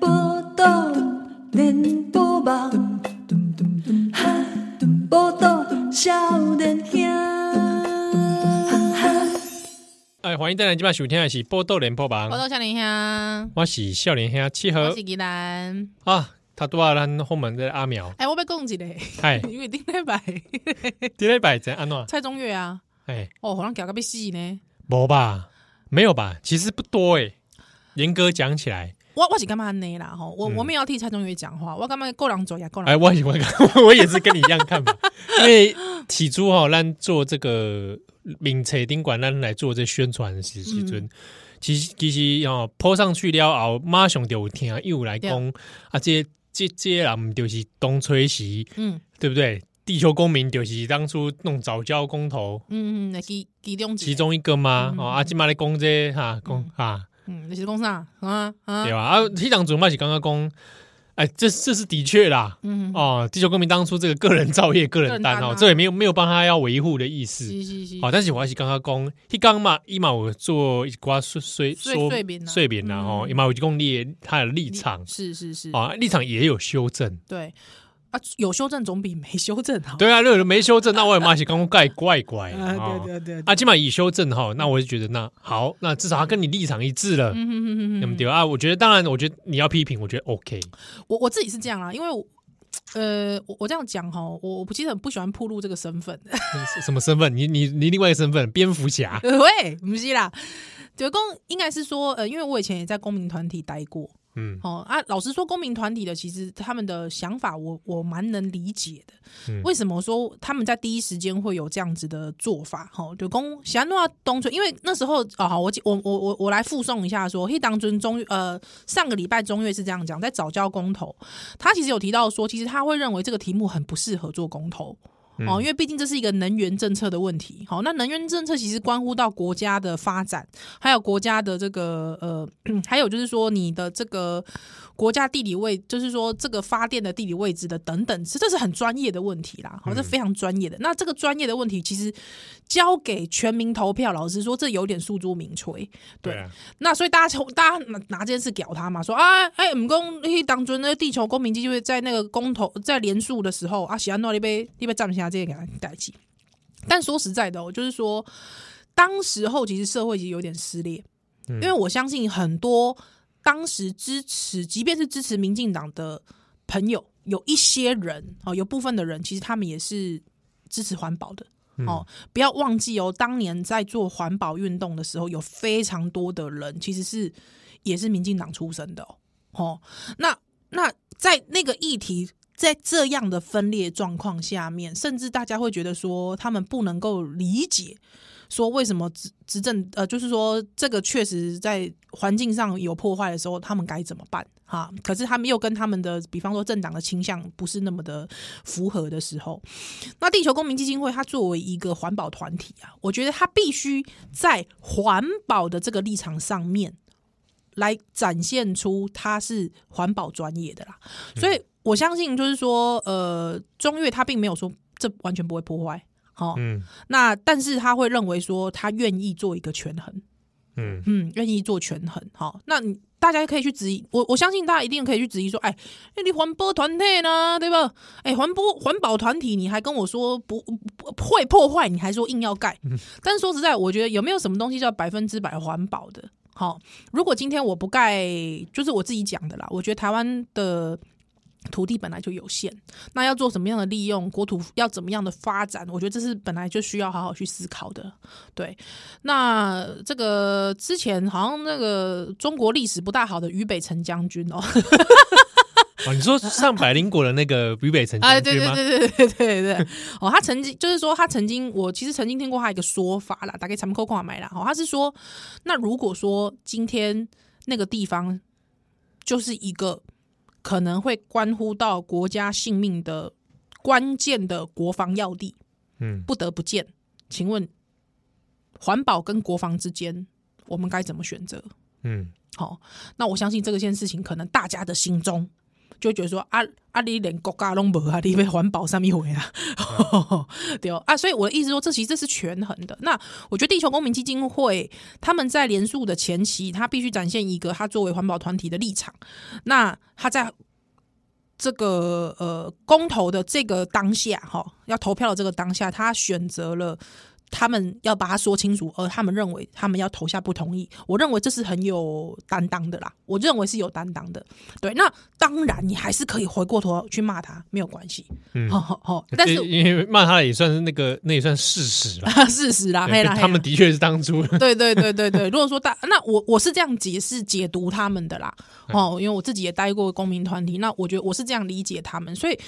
报道连波梦，报道少年兄。哎，欢迎再来今晚收听的是《波豆连播榜我》，到夏林香，我是笑脸兄七我和是吉兰。啊，他多啊，咱后门的阿苗，哎、我被讲一个，嗨， 因为顶礼拜 第礼拜怎安怎？蔡宗岳啊，哎，哦，好像搞到要死呢。无吧，没有吧，其实不多哎，严格讲起来，我我是干嘛呢啦？吼，我、嗯我没有要替蔡宗岳讲话，我干嘛够人做也够人。哎，我我我也是跟你一样看法， 因为起初哈，咱做这个名册顶管，咱来做这宣传的时时嗯阵。其实其实哦，抛上去了后，马上就有听又有来讲啊，这这这人不就是东吹西，嗯对不对？地球公民就是当初弄早教公投嗯嗯，其其中一个其，中一个嘛，嗯哦，啊，即嘛咧讲这哈讲哈，嗯，就是讲啥啊啊对，吧？啊，迄当主嘛是刚刚讲，哎，这这是的确啦，嗯，哦，地球公民当初这个个人造业、个人单个人单哦啊，这也没有没有帮他要维护的意思。是是是，好，但是我还是刚刚讲，迄刚嘛，伊嘛有做一寡碎碎碎说碎面啊碎面啦，嗯吼，伊嘛有讲你的他的立你场是是是，啊，立场也有修正。对啊，有修正总比没修正好。对啊，如果没修正，那我也嘛是刚怪怪怪 啊，啊。哦对对对，对啊，起码已修正哈，那我就觉得那好，那至少他跟你立场一致了，嗯哼哼哼哼那么对啊？我觉得当然，我觉得你要批评，我觉得 OK， 我我自己是这样啦，因为我呃，我我这样讲哈，我我不记得很不喜欢铺露这个身份，是什么身份？你你你另外一个身份，蝙蝠侠， 喂，不是啦，德公应该是说，呃，因为我以前也在公民团体待过，嗯哦啊，老实说，公民团体的其实他们的想法我，我蛮能理解的。嗯为什么说他们在第一时间会有这样子的做法？哈、哦，就公喜安诺东村，因为那时候哦，好，我记我我我我来附送一下说，嘿，当尊中呃上个礼拜中月是这样讲，在早教公投，他其实有提到说，其实他会认为这个题目很不适合做公投。哦，因为毕竟这是一个能源政策的问题。好，那能源政策其实关乎到国家的发展，还有国家的这个呃，还有就是说你的这个国家地理位，就是说这个发电的地理位置的等等，这这是很专业的问题啦。好，这非常专业的。那这个专业的问题，其实交给全民投票，老实说，这有点诉诸民粹。对啊，那所以大家大家拿拿这件事屌他嘛，说啊，哎、我们公那当中那个地球公民基金会在那个公投在联署的时候啊，喜安诺那边那边站下这些给他代起。但说实在的、哦，就是说，当时候其实社会其实有点撕裂，因为我相信很多当时支持，即便是支持民进党的朋友，有一些人哦，有部分的人其实他们也是支持环保的。哦，不要忘记哦，当年在做环保运动的时候，有非常多的人其实是也是民进党出身的哦。哦，那那在那个议题在这样的分裂状况下面，甚至大家会觉得说他们不能够理解。说为什么执执政呃，就是说这个确实在环境上有破坏的时候，他们该怎么办哈？可是他们又跟他们的，比方说政党的倾向不是那么的符合的时候，那地球公民基金会它作为一个环保团体啊，我觉得它必须在环保的这个立场上面来展现出它是环保专业的啦。所以我相信，就是说，呃，中越他并没有说这完全不会破坏，好、嗯那但是他会认为说他愿意做一个权衡，嗯，嗯，愿意做权衡。好，那你大家可以去质疑，我我相信大家一定可以去质疑说，哎，那你环保团体呢，对吧？哎，环保环保团体，你还跟我说不不不会破坏，你还说硬要盖。但是说实在，我觉得有没有什么东西叫百分之百环保的？好，如果今天我不盖，就是我自己讲的啦。我觉得台湾的土地本来就有限，那要做什么样的利用，国土要怎么样的发展，我觉得这是本来就需要好好去思考的。对，那这个之前好像那个中国历史不大好的俞北辰将军 哦，哦，你说上百灵果的那 个俞北辰哎，将军对对吗？对对对对对，哦，他曾经就是说他曾经，我其实曾经听过他一个说法啦，大概咱们扣扣买啦，哦，他是说，那如果说今天那个地方就是一个可能会关乎到国家性命的关键的国防要地，嗯，不得不见，请问环保跟国防之间，我们该怎么选择？嗯好、那我相信这个件事情，可能大家的心中就会觉得说啊啊，你连国家拢无啊，你被环保上面回啊， 对哦啊，所以我的意思说，这其实这是权衡的。那我觉得地球公民基金会他们在联署的前期，他必须展现一个他作为环保团体的立场。那他在这个呃公投的这个当下，哈，要投票的这个当下，他选择了。他们要把它说清楚，呃而他们认为他们要投下不同意，我认为这是很有担当的啦，我认为是有担当的。对，那当然你还是可以回过头去骂他，没有关系。嗯好好好，但是这因为骂他也算是那个，那也算事实了。啊， 事实啦，对嘿啦，嘿啦他们的确是当初 对对对对对，如果说大，那我我是这样解释解读他们的啦， 嗯哦，因为我自己也待过公民团体，那我觉得我是这样理解他们，所以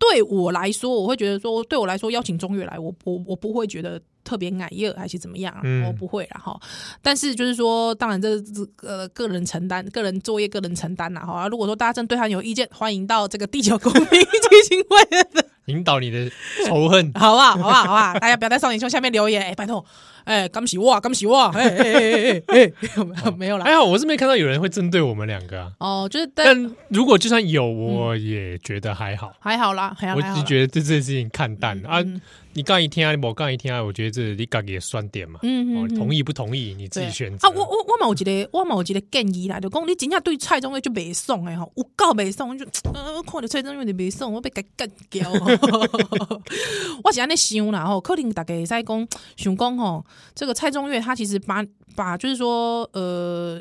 对我来说，我会觉得说，对我来说邀请中越来，我我我不会觉得特别矮热还是怎么样啊、嗯我不会啦哈。但是就是说，当然这是呃个人承担，个人作业个人承担啦哈、啊如果说大家真的对他有意见，欢迎到这个地球公民基金会的。引导你的仇恨 好不好？好不好？好不好？大家不要在少年兄下面留言，哎、拜托，哎、恭喜我，恭喜我，哎哎哎哎哎，没有啦。还好我是没看到有人会针对我们两个啊。哦，就是但但如果就算有，我也觉得还好。还好啦，还好我只还好是啦。觉得对这件事情看淡嗯了啊。你刚一听啊，我刚一听啊，我觉得这你刚也算点嘛。嗯哦嗯，，同意不同意你自己对选择。啊，我我我嘛有一个，我嘛有一个建议啦，就讲你真正对蔡宗岳就袂爽诶吼，有够袂爽，我就呃，我看着蔡宗岳就袂爽，我被甲干掉。 我是安尼想啦吼，可能大家会使讲想讲吼，这个蔡宗岳他其实把把就是说呃，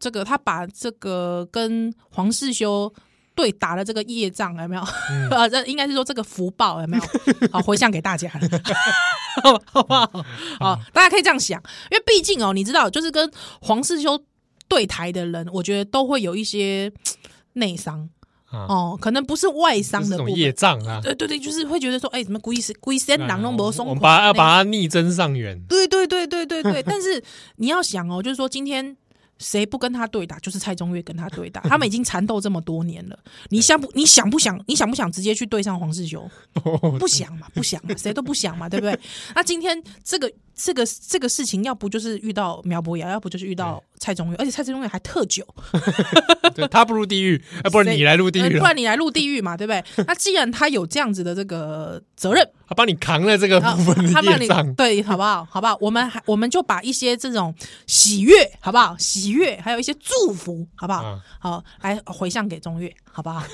这个他把这个跟黄世修。对打的这个业障有没有？ 呃、这应该是说这个福报有 没有？好，回向给大家 了，好不好？嗯好，大家可以这样想，因为毕竟哦，你知道，就是跟黄世修对台的人，我觉得都会有一些内伤啊哦，可能不是外这伤是的部种分。业障啊。对对对，就是会觉得说，哎、怎么龟身龟身狼弄不松我垮们把它要把它逆增上缘。 对对对对对对，但是你要想哦，就是说今天谁不跟他对打，就是蔡宗岳跟他对打，他们已经缠斗这么多年了，你想不你想不想你想不想直接去对上黄世修？ 不想嘛，不想嘛，谁都不想嘛，对 不对？那今天这个这个这个事情，要不就是遇到苗博雅，要不就是遇到蔡宗岳，而且蔡宗岳还特久，对他不入地狱，啊，不然谁你来入地呃狱不了。然你来入地狱嘛，对 不对？那既然他有这样子的这个责任，他帮你扛了这个啊部分他的让业你障。对，好不好？好不好？我们还我们就把一些这种喜悦，好不好？喜悦，还有一些祝福，好不好？啊好，来回向给中岳，好不好？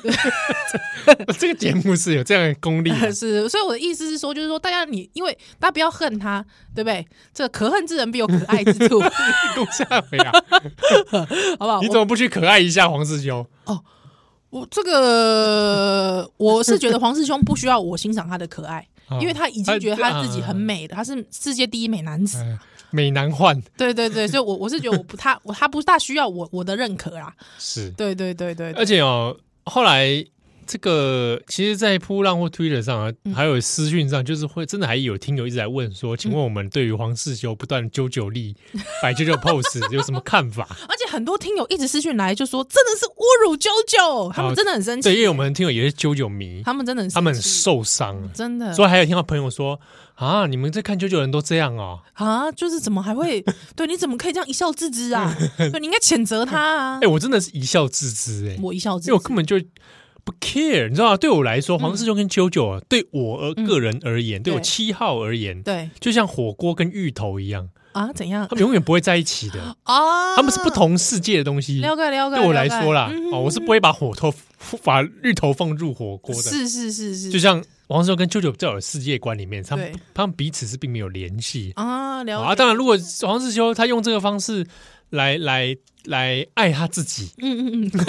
这个节目是有这样的功力的， 是，所以我的意思是说，就是说，大家你因为大家不要恨他，对不对？这可恨之人必有可爱之处，好攻下回啊！不 好？你我怎么不去可爱一下黄世修？我这个我是觉得黄世兄不需要我欣赏他的可 爱，啊因为他已经觉得他自己很啊美了，他是世界第一美男子。哎美男换 对对对，所以我我是觉得我不他我他不大需要我我的认可啦。是，对对对对，对而且哦，后来这个其实，在扑浪或推特上啊，嗯还有私讯上，就是会真的还有听友一直在问说，请问嗯我们对于黄世修不断揪九力、摆九九 pose 有什么看法？ 而且很多听友一直私讯来就说，真的是侮辱啾啾，他们真的很生哦对，因气，为我们听友也是九九迷，他们真的很生气嗯他们很受伤啊。真的所以还有听到朋友说啊，你们这看九九人都这样哦。啊，就是怎么还会对？你怎么可以这样一笑置 之啊？对，你应该谴责他啊哎、！我真的是一笑置之哎、我一笑置因为我之，根本就不 care，你知道吗？对我来说，黄世忠跟九九啊，对我而个人而言，对我嗯对七号而言，对就像火锅跟芋头一样，啊，怎样他们永远不会在一起的，啊？他们是不同世界的东西。了解了解，对我了来解说啦，嗯哦，我是不会把火头把芋头放入火锅的，是是是是，就像黄世忠跟九九在我的世界观里面，他们对他们彼此是并没有联系。啊，了解啊，当然，如果黄世修他用这个方式来来来爱他自 己嗯嗯嗯，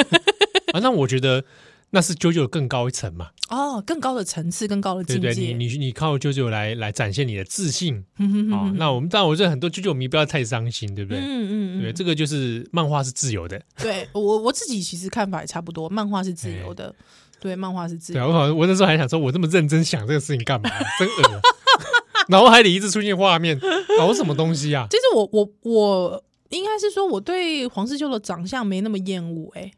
啊，那我觉得那是九九更高一层嘛，哦，更高的层次，更高的对境不界，对？你你你靠九九来来展现你的自信嗯哼哼啊、那我们当然，我觉得很多九九迷不要太伤心，对不对？嗯嗯对，嗯，这个就是漫画是自由的，对我我自己其实看法也差不多，漫画是自由的，对，漫画是自哎对由啊，我好像我那时候还想说，我这么认真想这个事 情干嘛？真恶，脑海里一直出现画面，搞什么东西啊？其实我我我应该是说，我对黄世修的长相没那么厌恶、欸，哎，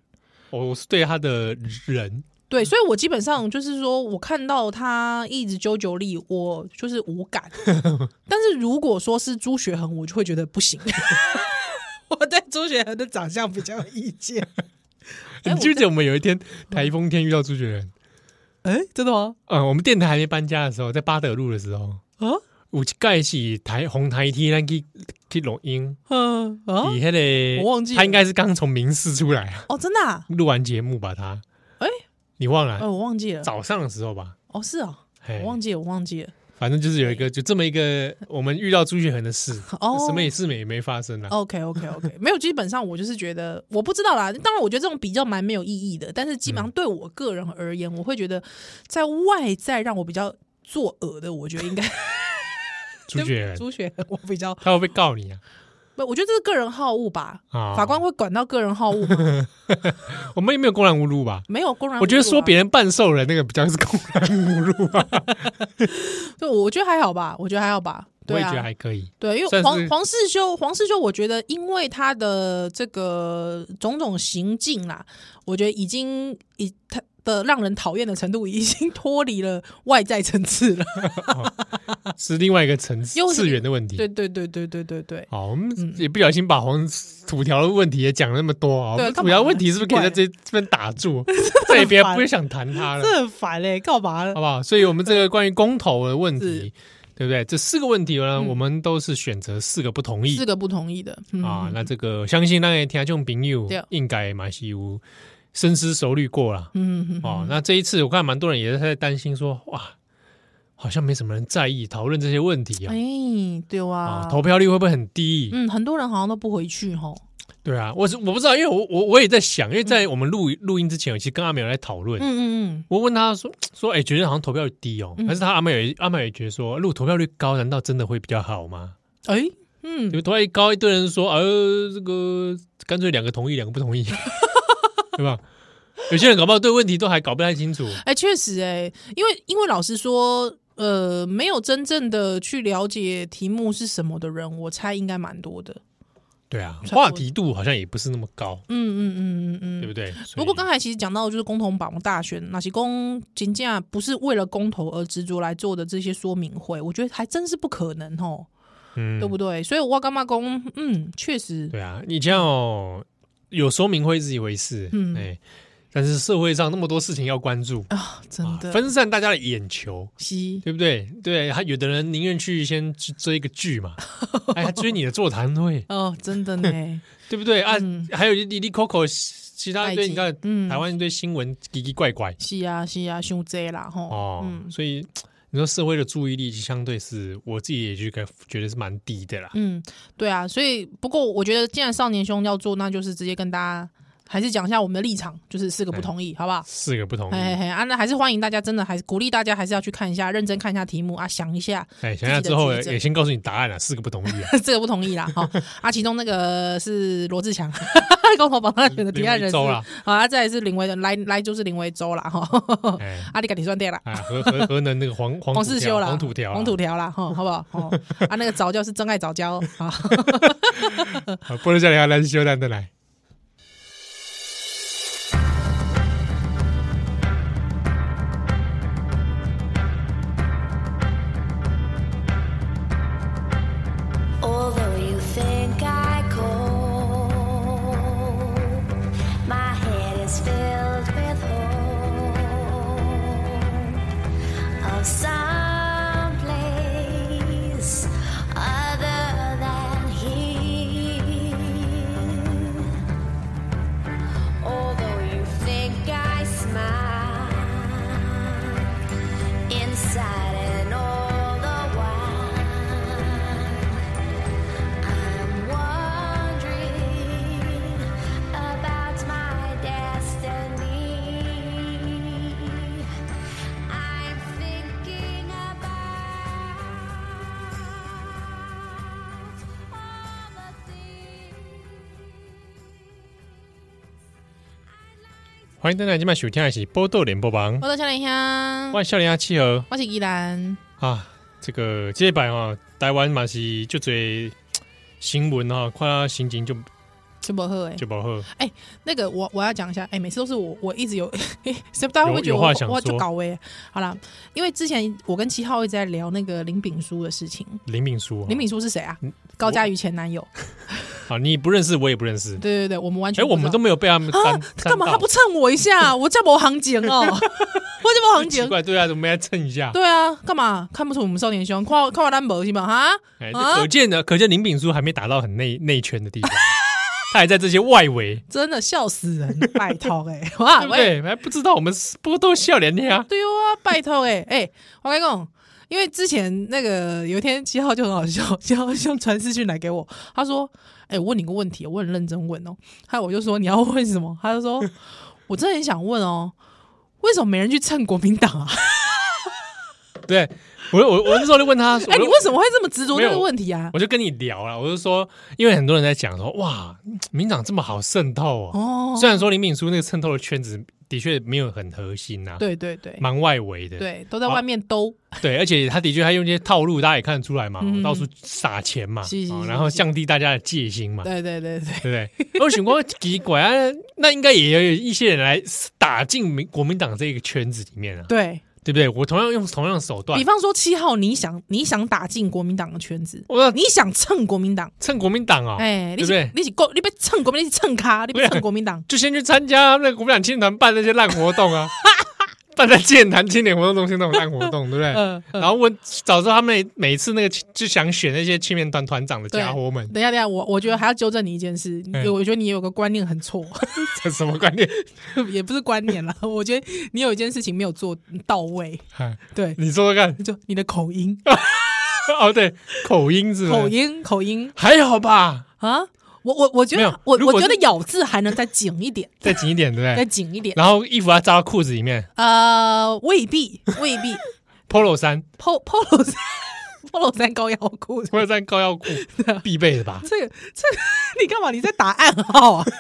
我我是对他的人对，所以我基本上就是说我看到他一直纠九力，我就是无 感。但是如果说是朱学恒，我就会 哎觉得不行。我对朱学恒的长相比较有意见。哎你记不记得我们有一天台风天遇到朱学仁？哎，真的吗？嗯，我们电台还没搬家的时候，在巴德路的时候，啊，有一盖是台红台梯，咱去去录音，嗯啊，你那个我忘记了他应该是刚从民事出来啊，哦，真的啊，录完节目吧他。哎你忘哎，哦了？我忘记了，早上的时候吧，哦，是哦，哎我，忘记了，我忘记了，反正就是有一个就这么一个我们遇到朱学恒的事，哦什么也事没没发生啊。 OK OK OK，没有，基本上我就是觉得我不知道啦。当然，我觉得这种比较蛮没有意义的，但是基嗯本上对我个人而言，我会觉得在外在让我比较作恶的，我觉得 应该朱学恒，朱雪，我比较他会不会告你啊？不，我觉得这是个人好恶吧。啊，法官，会管到个人好恶吗？我们也没有公然侮辱吧？没有公然侮辱啊，我觉得说别人半兽人那个比较是公然侮辱啊，对，我觉得还好吧，我觉得还好吧。我对也啊，觉得还可以。对，因为算黄是黄世修，黄世修，我觉得因为他的这个种种行径啦，我觉得已经已他的让人讨厌的程度已经 脱离了外在层次了。是另外一个层次又是次元的问题。 对嗯对对对对对对，好，我们也不小心把黄土条的问题也讲了那么多啊。我对们干土嘛条问题是不是可以在奇怪这这边打 住？再也别不会想谈它了，这很烦欸嘞，干嘛呢好？不好？所以，我们这个关于公投的问是嗯题，对不对？这四个问题呢，我们都是选择四个不同意四个不同意的、嗯、啊。那这个相信那个听众朋友对应该马西乌深思熟虑过了嗯嗯嗯哦。那这一次我看蛮多人也是在担心说，哇，好像没什么人在意讨论这些问题啊哎，对啊，哇，投票率会不会很低？嗯，很多人好像都不回去哈。对啊，我是我不知道，因为我我我也在想，因为在我们录录音之前，我其实跟阿美有在讨论。嗯嗯嗯我问他说说，哎、觉得好像投票率低哦，嗯但是他阿美也阿美也觉得说，如果投票率高，难道真的会比较好吗？嗯，哎，嗯因为投票率高，一堆人说，呃，这个干脆两个同意，两个不 同意，对吧？有些人搞不好对问题都还搞不太清楚，哎，确实哎、因为因为老实说，呃，没有真正的去了解题目是什么的人，我猜应该蛮多的。对啊，差不多话题度好像也不是那么高，嗯嗯嗯嗯对嗯。不对？不过刚才才其实讲到就是公投榜大选，那些公金价不是为了公投而执着来做的这些说明会，我觉得还真是不可能哦，嗯对不对？所以我干嘛公，嗯，确实，对啊，你这样哦，有说明会自以为是，嗯嗯，哎、但是社会上那么多事情要关注，啊，真啊的，分散大家的眼球，析对不对？对，啊还有的人宁愿去先去追个剧嘛，哎，还追你的座谈会，哦，真的 呢，对不对啊？嗯还有滴滴 Coco 其他一拜堆，祭你看、嗯台湾一堆新闻奇奇怪怪是啊是啊，凶贼啦吼，哦，嗯所以你说社会的注意力相对是我自己也觉得觉得是蛮低的啦。嗯，对啊，所以不过我觉得既然少年兄要做，那就是直接跟大家还是讲一下我们的立场，就是四个不同意，好不好？四个不哎同嘿嘿意，嘿，啊，那还是欢迎大家，真的还是鼓励大家，还是要去看一下，认真看一下题目啊，想一下， 哎，想想之后自己的抉择也先告诉你答案了，四个不同意啊。 这个不同意啦，哈、啊，其中那个是罗志强， 共同榜上选的提案人嗯林士，州啦好，啊，再来是林维的，来来就是林维洲啦，哈、哎啊，你赶紧算对啦。啊，核核核能那个 黄黄土黄世条修啦，黄土条啦，啊黄土条啦，哈，好不好？哦，啊，那个早教是真爱早教啊，啊不能叫你阿兰修蛋的来。 Although you think I cope, my head is filled with hope of some place other than here. Although you think I smile inside and all the while. I'm wondering about my destiny. I'm thinking about all the things. 欢迎登来今晚收听的是《波豆联播榜》， 我的小莲 香，欢迎笑脸阿七儿我是依兰，啊！这个这一版啊，台湾嘛是就最新闻啊，看到心情就这不喝哎，就不好。那个我我要讲一下，哎、每次都是我我一直有， 是不大家会不会觉得有话我想我就说搞哎？好啦，因为之前我跟七号一直在聊那个林炳书的事情，林炳书啊，林炳书是谁啊？高佳瑜前男友，好，你不认识我也不认识，对对对，我们完 哎，全不我知们道都没有被他们 啊干，干嘛他不蹭我一 下？我这么行情哦，我这么行奇情。怪，对啊，怎么没来蹭一下？对啊，干嘛看不出我们少年凶？看我看我单薄是吧？哈，哎，这啊可，见的，可见林炳书还没打到很内内圈的地方， 他还在这些外围，真的笑死 人，拜托哎、哇对不喂，对？还不知道我们波多笑脸的啊，对啊，拜托哎、哎、我跟你讲。因为之前那个有一天七号就很好笑，七号用传私讯来给我，他说：“哎、我问你个问题，我很认真问哦。”还有我就说你要问什么，他就说：“我真的很想问哦，为什么没人去蹭国民党 啊？对我我我那时候就问他， 哎、我就你为什么会这么执着没有这个问题啊？”我就跟你聊了，我就说，因为很多人在讲说，哇，民党这么好渗透哦。哦，虽然说林敏书那个渗透的圈子的确没有很核心呐、，对对对蛮外围的，对，都在好外面兜，对，而且他的确他用一些套路，大家也看得出来嘛，嗯到处撒钱嘛，是是哦是然后是降低大家的戒心嘛，对对对对，对 不对？我想过奇怪啊，那应该也有一些人来打进民国民党这个圈子里面啊，对对不对？我同样用同样的手段比，方说七号，你想你想打进国民党的圈子，我要你想蹭国民党，蹭国民党哦，对哎、你不对是？你是够，你被蹭国民，你是蹭咖，你被蹭国民党，就先去参加那个国民党青年团办那些烂活动啊， 办在建坛青年活动中心那种烂活动，对不对？嗯，嗯然后问找出他们每次那个就想选那些青年团团长的家伙们，等一下，等一下，我我觉得还要纠正你一件事，你啊哎我觉得你有个观念很错，这什么观念？ 也不是观念啦，我觉得你有一件事情没有做到位，哎对，你说说看。就你的口音，哦，对，口音是不是口音，口音还好吧，啊，我我我觉没得有我如果我觉是哎得咬字还能再紧一点，再紧一点，对不再对？紧一点，然后衣服要扎到裤子里面呃，未必，未 必。 ，polo 衫 polo polo 衫 polo 衫高腰裤， ，polo 衫高 腰裤必备的吧？这个这个 你干嘛？你在打暗号啊？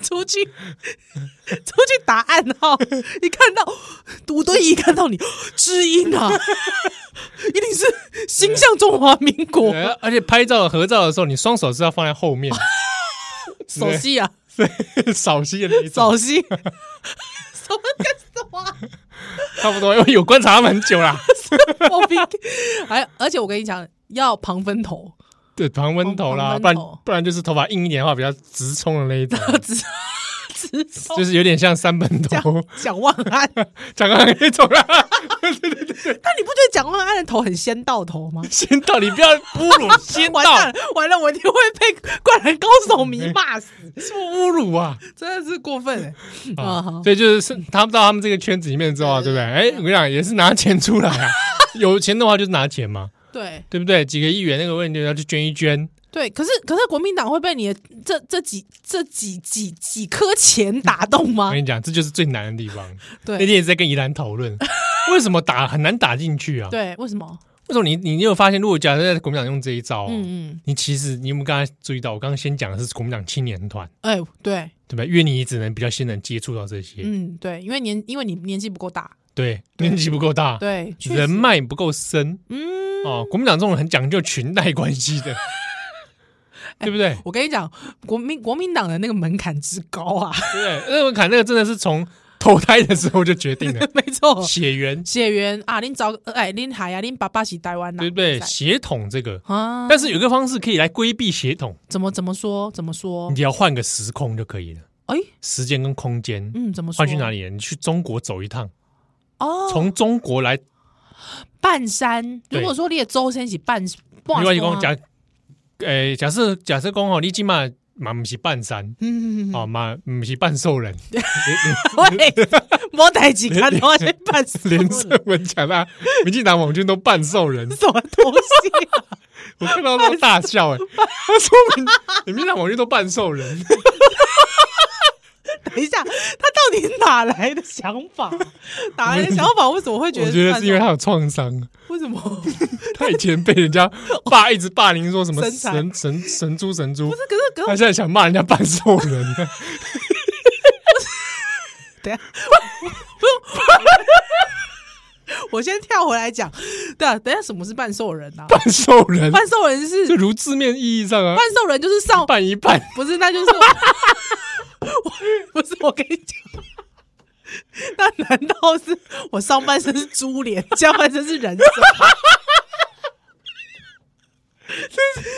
出去， 出去打暗号！你看到吴敦义看到你，知音啊， 一定是心向中华民国，对而且拍照合照的时候，你双手是要放在后 面，首席啊，扫息的那一种。首席，什么干 什么啊？差不多，因为有观察他们很久 啦。我比还而且我跟你讲，要旁分头，对，旁温头啦，哦旁不然温头不然就是头发硬一点的话，比较直冲的那一种， 直直冲就是有点像三本头，蒋万安。长得那种啦。 但你不觉得蒋万安的头很仙道头吗？先到，你不要侮辱先 完到蛋，了，完了，我一定会被《灌篮高手》迷骂死，是不是侮辱啊？ 真的是过分哎、欸！啊，啊好，所以就是是他们到他们这个圈子里面之后啊，对不对？哎，我跟你讲，也是拿钱出来啊，有钱的话就是拿钱嘛，对对不对？几个议员那个问题要去捐一捐，对，可是可是国民党会被你的这这几这几几几颗钱打动我吗？跟你讲，这就是最难的地方。那啊对天也是在跟宜兰讨 论，为什么打很难打进去啊？对，为什么？为什么你你有发现，如果假设在国民党用这一招、嗯。嗯嗯，你其实你有没有刚才注意到？我刚刚先讲的是国民党青年团，哎、对，对吧？因为你只能比较先能接触到这些，嗯对，因为年因为你年纪不够大，对，年纪不够大，对，确实人脉不够深，嗯，哦，国民党这种很讲究裙带关系 的，对不对？我跟你讲，国民国民党的那个门槛之高啊， 对不对，那我看那个真的是从投胎的时候就决定 了没错。血缘，谢元啊，您找哎，您海啊，您爸爸是台湾呐、对不对？在血统这个，啊，但是有一个方式可以来规避血统，怎么怎么说？怎么说你？只要换个时空就可以了，哎、时间跟空间嗯，怎么说？换去哪？里？你去中国走一趟，哦，从中国来半山。对如果说你的周身是半，你半外是山讲假，啊，诶、假设假设讲吼，哦你即嘛嘛毋是半山，嗯，嗯嗯哦嘛毋是半兽 人，喂，莫代志看到先半山连胜文讲 啦，民进党网军都半兽人，什么东西啊？我看到都大笑诶、他说民你民进党网军都半兽人，等一下，他到底哪来的想 法？哪来的想法？为什么会 觉我得？觉得是因为他有创伤，为什么？他以前被人家霸一直霸凌说什么身材神神神猪神猪不，是，可是可他是，现在想骂人家半兽 人，等一下，不，我先跳回来讲。对啊，等一下，什么是半兽人啊？半兽人，半兽人是就如字面意义上啊，半兽人，就是上半一半，不是，那就是我，我不是我跟你讲，那难道是我上半身是猪脸，下半身是人身？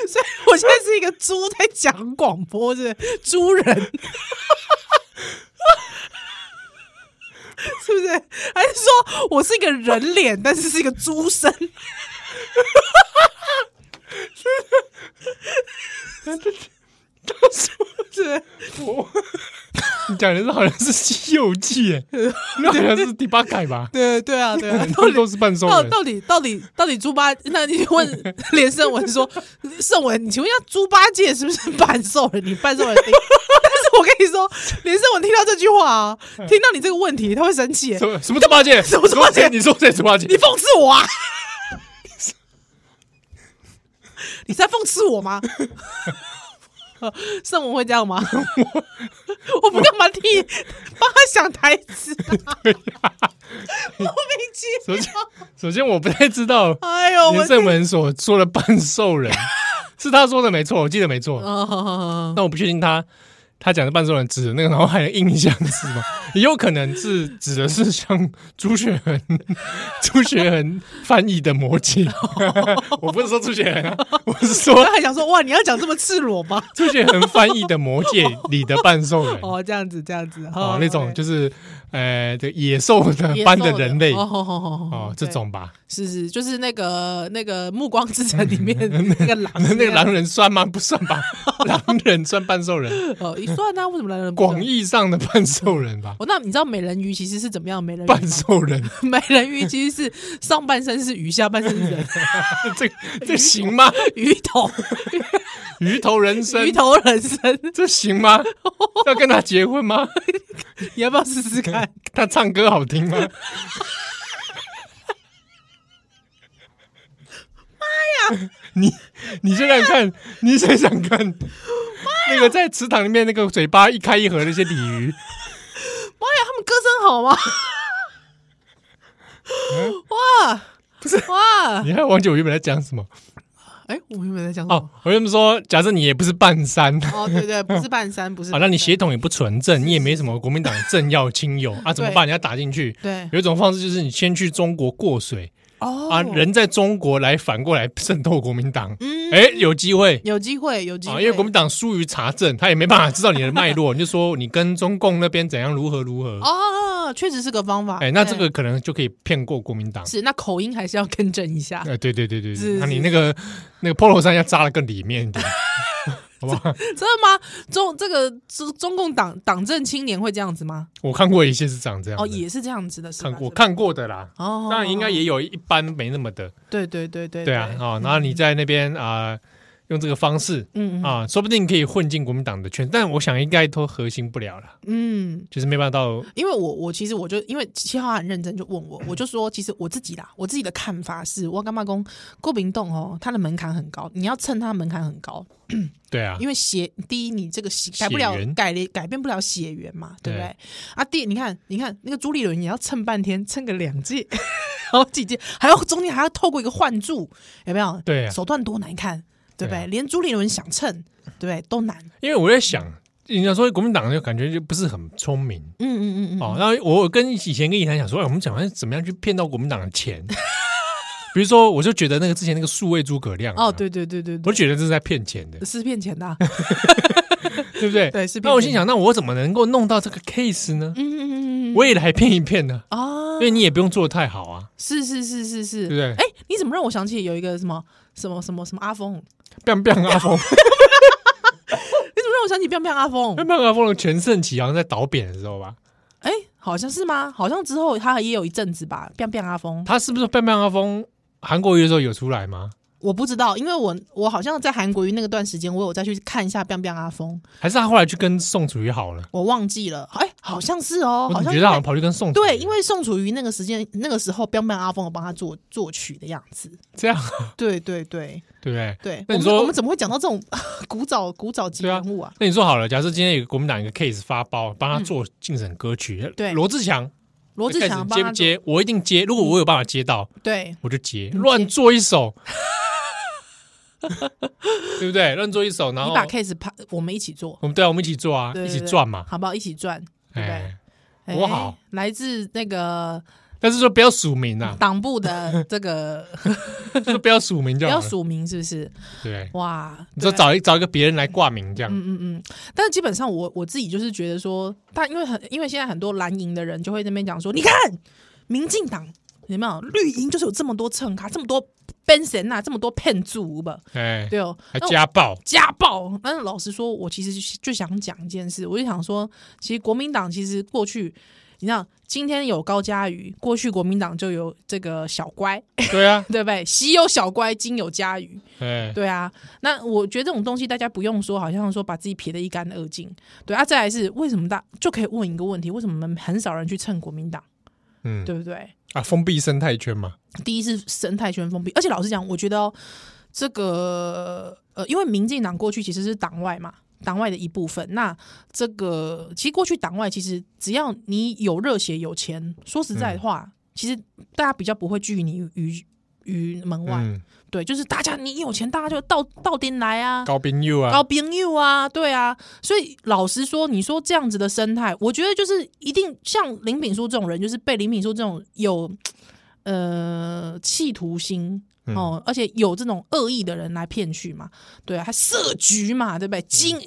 所以我现在是一个猪在讲广播，是不是猪人，是不是？还是说我是一个人脸，但是是一个猪身？是你讲的是好像是《西游记》 哎，那好像是第八改吧？对对啊，对啊，都都是半兽到人，到底到底到底猪八？那你问 连胜文说，胜文，你请问一下猪八戒是不是半兽人？你半兽人听？ 但是我跟你说，连胜文听到这句话啊，嗯听到你这个问题，他会生气耶。什么什么猪八戒？什么猪八戒你说谁猪八戒你？讽刺我啊！你在讽刺我吗？ 胜文会这样 吗？我不干嘛替帮他想台词、 啊， 莫名其首先，首先我不太知道哎呦，我连胜文所说的半兽 人是他说的没错，我记得没错，啊，好好好但我不确定他他讲的半兽人指的那个脑海的印象是 吗？也有可能是指的是像朱雪恒 朱雪恒翻译的魔 镜。我不是说朱雪恒啊，我是说我还想说，哇，你要讲这么赤裸吗？ 朱雪恒翻译的《魔戒》里的半兽人哦，这样子，这样子，哦哦，，那种 OK 就是呃，这野兽的野般兽的的人类哦，好好好好，哦好，这对种吧。是是，就是那个那个《暮光之城》里面那个狼， 嗯那个狼人算吗？不算吧， 狼人算半兽人，哦，一算啊，为什么狼人不算广？义上的半兽人吧，哦，那你知道美人鱼其实是怎么样？美人鱼吗半兽人， 美人鱼其实是上半身是鱼，下半身是 人，这这行吗？鱼头鱼头人生鱼，头人身，这行吗？要跟他结婚吗？你要不要试试看？他唱歌好听吗？妈呀！ 你你想想看，你想想看，那个在池塘里面那个嘴巴一开一合的那些鲤鱼，妈呀，他们歌声好吗？嗯哇，不是哇，你看王九原本在讲什么？哎，我原本在讲什么哦？，我原本说，假设你也不是半山，哦，对对，不是半山，不是啊，半那你山血统也不纯正，你也没什么国民党的政要亲 友啊，怎么对办？你要打进去。对有一种方式就是你先去中国过水哦啊，人在中国来反过来渗透国民党，哎、有机会嗯有机会，有机啊，会，因为国民党疏于查证，他也没办法知道你的脉 络，你就说你跟中共那边怎样如何如何，哦，确实是个方法。哎、那这个可能就可以骗过国民党。是那口音还是要更正一下哎、，对对对对，对是那你那个那个 polo 衫要扎的更里面一 点，好不好？真的吗？中这个中中共党党政青年会这样子吗？我看过一些是长这样哦，的，也是这样子的，是吧啊看过是吧看过的啦，哦，当然应该也有一般没那么的，对对对对对啊，哦，然后你在那边啊、用这个方式嗯嗯啊，说不定可以混进国民党的圈，但我想应该都核心不了了，嗯。就是没办法到因为我我其实我就因为七号很认真就问我，我就说其实我自己啦，我自己的看法是，我干嘛公郭炳栋哦，他的门槛很高，你要蹭他的门槛很高，对啊，因为血，第一，你这个血改不了血缘，改了改变不了血缘嘛，对不对？对啊，第，你看，你看那个朱立伦也要蹭半天，蹭个两届， 好几届，还要中间还要透过一个换柱，有没有？对啊手段多难看，对不对对？啊连朱立伦想蹭，对不对？都难。因为我在想，人家说国民党就感觉就不是很聪明。嗯嗯嗯嗯，哦，那我跟以前跟以谈讲说，哎，我们讲完怎么样去骗到国民党的钱？ 比如说，我就觉得那个之前那个数位诸葛亮啊哦，，对对对对我对，觉得这是在骗钱的，是骗钱的啊、对不对？对是骗那我心钱想，那我怎么能够弄到这个 case 呢？嗯嗯嗯嗯嗯，我也来骗一骗呢，啊因，为你也不用做的太好啊，是是是是对是，不对哎、你怎么让我想起有一个什么什么什么什么阿峰？你变变 阿峰，怎么让我想起变变阿峰？变变阿峰的全盛期好像在倒扁的时候吧？哎、好像是吗？好像之后他也有一阵子吧，变变阿峰，他是不是变变阿峰韩国瑜的时候有出来吗？我不知道，因为我我好像在韩国瑜那个段时间，我有再去看一下变变阿峰，还是他后来去跟宋楚瑜好了？我我忘记了，哎、好像是哦，怎好么像觉是得好像跑去跟宋楚瑜对，因为宋楚瑜那个时间那个时候，变变阿峰有帮他作作曲的样子，这样，对对对对不对？对，那我你们说我们怎么会讲到这种 古早古早级对啊人物啊？那你说好了，假设今天有个国民党一个 case 发包，帮他做竞选歌曲，嗯对罗志祥，罗志祥 case 帮接他不作接？我一定接，如果我有办法接到，对，我就接，乱做一首， 对不对？乱做一首，然你后把 case 拍，我们一起做，我们对啊，我们一起做啊，对一对起对赚嘛，哎好不好？一起赚，对不对哎，多好哎来自那个但是说不要署名啊，党部的这个就 不要署名不就好要了。署名是不是？啊对，哇，你说对找一找一个别人来挂名这样，嗯嗯嗯，但是基本上我我自己就是觉得说，但因为很因为现在很多蓝营的人就会在那边讲说，你看民进党有没有绿营就是有这么多蹭咖，这么多变神呐，这么多骗主吧，哎，对哦，还那我家暴，家暴。但是老实说，我其实就就想讲一件事，我就想说，其实国民党其实过去，你知道今天有高嘉瑜，过去国民党就有这个小乖，对啊，对不对？习有小乖，今有嘉瑜。哎，对啊，那我觉得这种东西大家不用说，好像说把自己撇得一干二净。对啊，再来是为什么大就可以问一个问题：为什么很少人去蹭国民党，嗯，对不对？啊，封闭生态圈嘛，第一是生态圈封闭，而且老实讲，我觉得、哦、这个呃，因为民进党过去其实是党外嘛，党外的一部分。那这个其实过去党外其实只要你有热血有钱，说实在话，其实大家比较不会拒你于于门外。嗯，对，就是大家你有钱，大家就到到店来啊，高冰佑高啊，朋友啊，对啊，所以老实说，你说这样子的生态，我觉得就是一定像林炳书这种人，就是被林炳书这种有呃企图心嗯哦，而且有这种恶意的人来骗去嘛，对啊，他设局嘛，对不对？经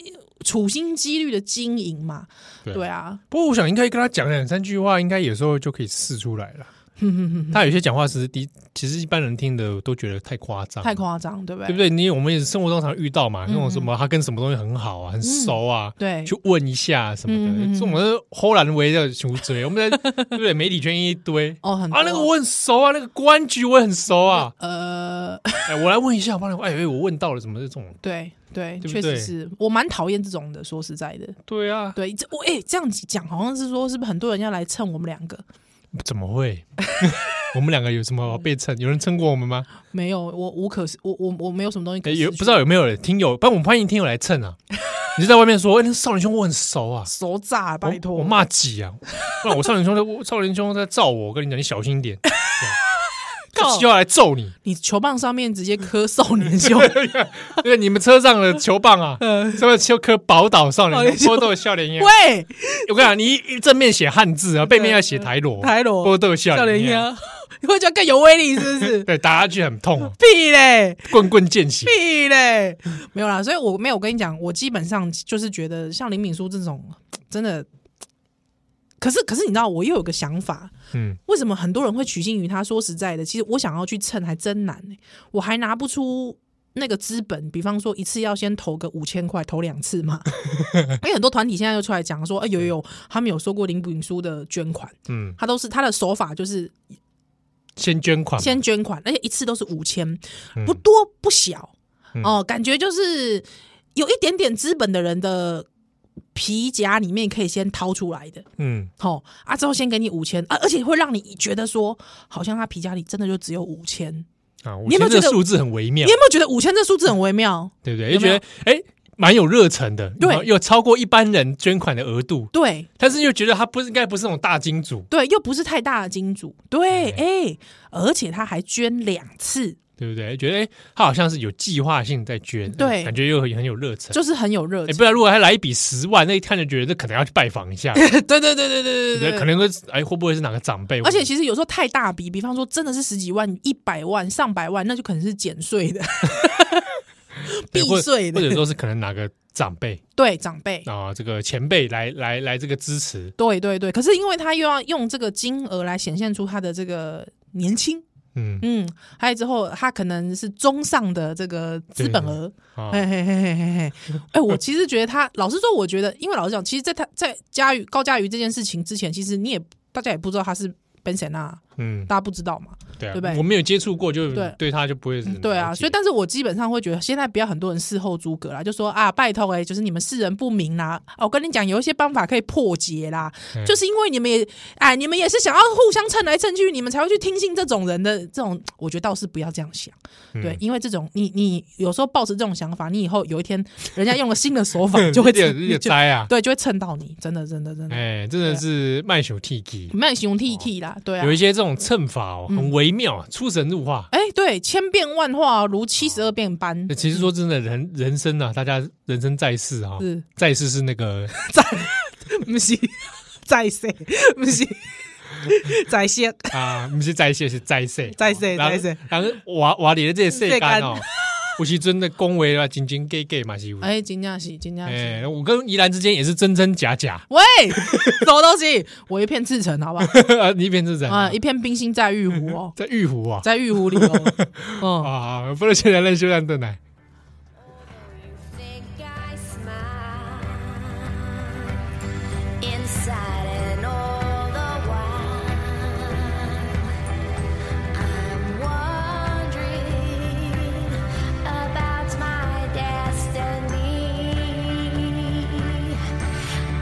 处心积虑的经营嘛，对对啊， 不过我想应该跟他讲两三句话，应该有时候就可以试出来了。嗯他有些讲话其实的，其实一般人听的都觉得太夸张，太夸张，对不对？对不对？你我们也生活中常遇到嘛，那种什么他跟什么东西很好啊，很熟啊，嗯对去问一下什么嗯嗯嗯的，这种人忽然围 着求追，我们在对不对？媒体圈一堆哦很多啊，那个我很熟啊，那个公安局我也很熟啊，呃， 哎，我来问一下，我帮你，哎哎，我问到了什么这种？对对，对不确对实是我蛮讨厌这种的，说实在的，对啊，对，这我哎、这样子讲好像是说，是不是很多人要来蹭我们两个？怎么会？我们两个有什么好被蹭？有人蹭过我们吗？没有，我无可是，我我我没有什么东西可哎，以、有不知道有没有人听友？不然我们欢迎听友来蹭啊！你就在外面说，哎，那少年兄我很熟啊，手炸，我拜托我骂几啊？不然我少年兄在，我少年兄在照我，我跟你讲，你小心一点，这样靠他就要来揍你。你球棒上面直接刻少年兄，对，你们车上的球棒啊，上面就刻宝岛少少年年兄、兄波豆笑脸烟。喂， 我跟你讲，你一正面写汉字啊，背面要写台罗，台罗波豆笑笑脸脸烟。？呀，你会觉得更有威力是不是对，打下去很痛哦，屁嘞，棍棍见 血。屁嘞，没有啦，所以我没有我跟你讲，我基本上就是觉得像林敏书这种真的，可是可是你知道，我又有个想法，嗯，为什么很多人会取信于他？说实在的，其实我想要去蹭还真难呢、我还拿不出那个资本，比方说一次要先投个五千块，投两次嘛，因为很多团体现在又出来讲说，哎、有有有，他们有收过林炳书的捐款，嗯，他都是他的手法就是先捐款嘛，先捐款，而且一次都是五千嗯，不多不小嗯哦，感觉就是有一点点资本的人的皮夹里面可以先掏出来的，嗯，哦啊，之后先给你五千啊，而且会让你觉得说，好像他皮夹里真的就只有五千，你啊，我你有觉没得这有觉个得数字很微妙有，没有觉得五千这数字很微妙？对不对？就有没觉有得哎，蛮有热忱的，对然后又超过一般人捐款的额度，对但是又觉得他不是应该不是那种大金主，对，又不是太大的金主，对，哎、而且他还捐两次，对不对？觉得哎，他好像是有计划性在捐，嗯对感觉又很很有热忱。就是很有热哎，情。不然如果还来一笔十万，那一看就觉得可能要去拜访一 下，对对对对对对，可能会哎会不会是哪个长辈？而且其实有时候太大笔，比方说真的是十几万、一百万、上百万，那就可能是减税的、 避对或税或者的。说是可能哪个长辈对长辈，啊，这个前辈来来来这个支持，对对对。可是因为他又要用这个金额来显现出他的这个年轻，嗯，嗯，还有之后他可能是中上的这个资本额，啊，嘿嘿嘿嘿嘿嘿。哎，我其实觉得他，老实说，我觉得，因为老实讲，其实在他在佳宇高佳宇这件事情之前，其实你也大家也不知道他是 Ben s e n 啊，嗯，大家不知道嘛。对啊，对不对我没有接触过，就对对他就不会是对啊，嗯了解所以但是我基本上会觉得，现在不要很多人事后诸葛啦，就说啊，拜托哎、就是你们世人不明啦。哦，我跟你讲，有一些方法可以破解啦，嗯，就是因为你们也哎，你们也是想要互相蹭来蹭去，你们才会去听信这种人的这种，我觉得倒是不要这样想。对，因为这种你你有时候抱持这种想法，你以后有一天人家用了新的手法 就会有蹭点有点就呆啊，对，就会蹭到你，真的真的真的，哎，真的是卖手替机，慢熊 T T 啦，对啊嗯有一。些这种蹭法哦，很微妙，啊，出神入化。哎，对，千变万化哦如七十二变般，其实说真的，人人生啊，大家人生在世啊是，在世是那个 不是，再谁？不是， 宰相啊， 不是在线是在线，在线然后在线，然后瓦瓦里的这些世干哦，有时真的恭维啊，紧紧给给嘛是有。哎，真正是真正是。哎，我跟宜兰之间也是真真假假，喂，什么东西？我一片赤诚，好不 好？你一边是怎啊，样一？片冰心在玉壶哦，在玉湖啊，在玉壶里 哦。嗯，啊，不能现在来修兰顿来， Think I smile inside and all the while I'm wondering about my destiny.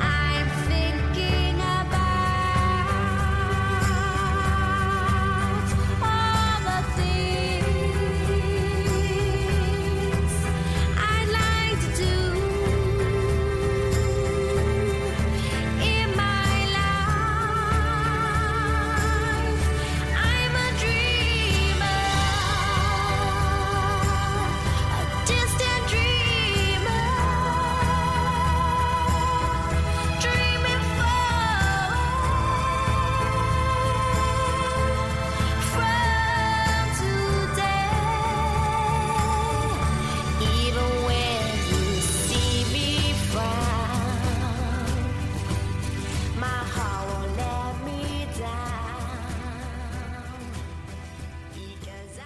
I'm thinking about all the things I'd like to do in my life. I'm a dreamer, a distant dreamer, dreaming far from today. Even when you see me frown, my heart won't let me down. Because I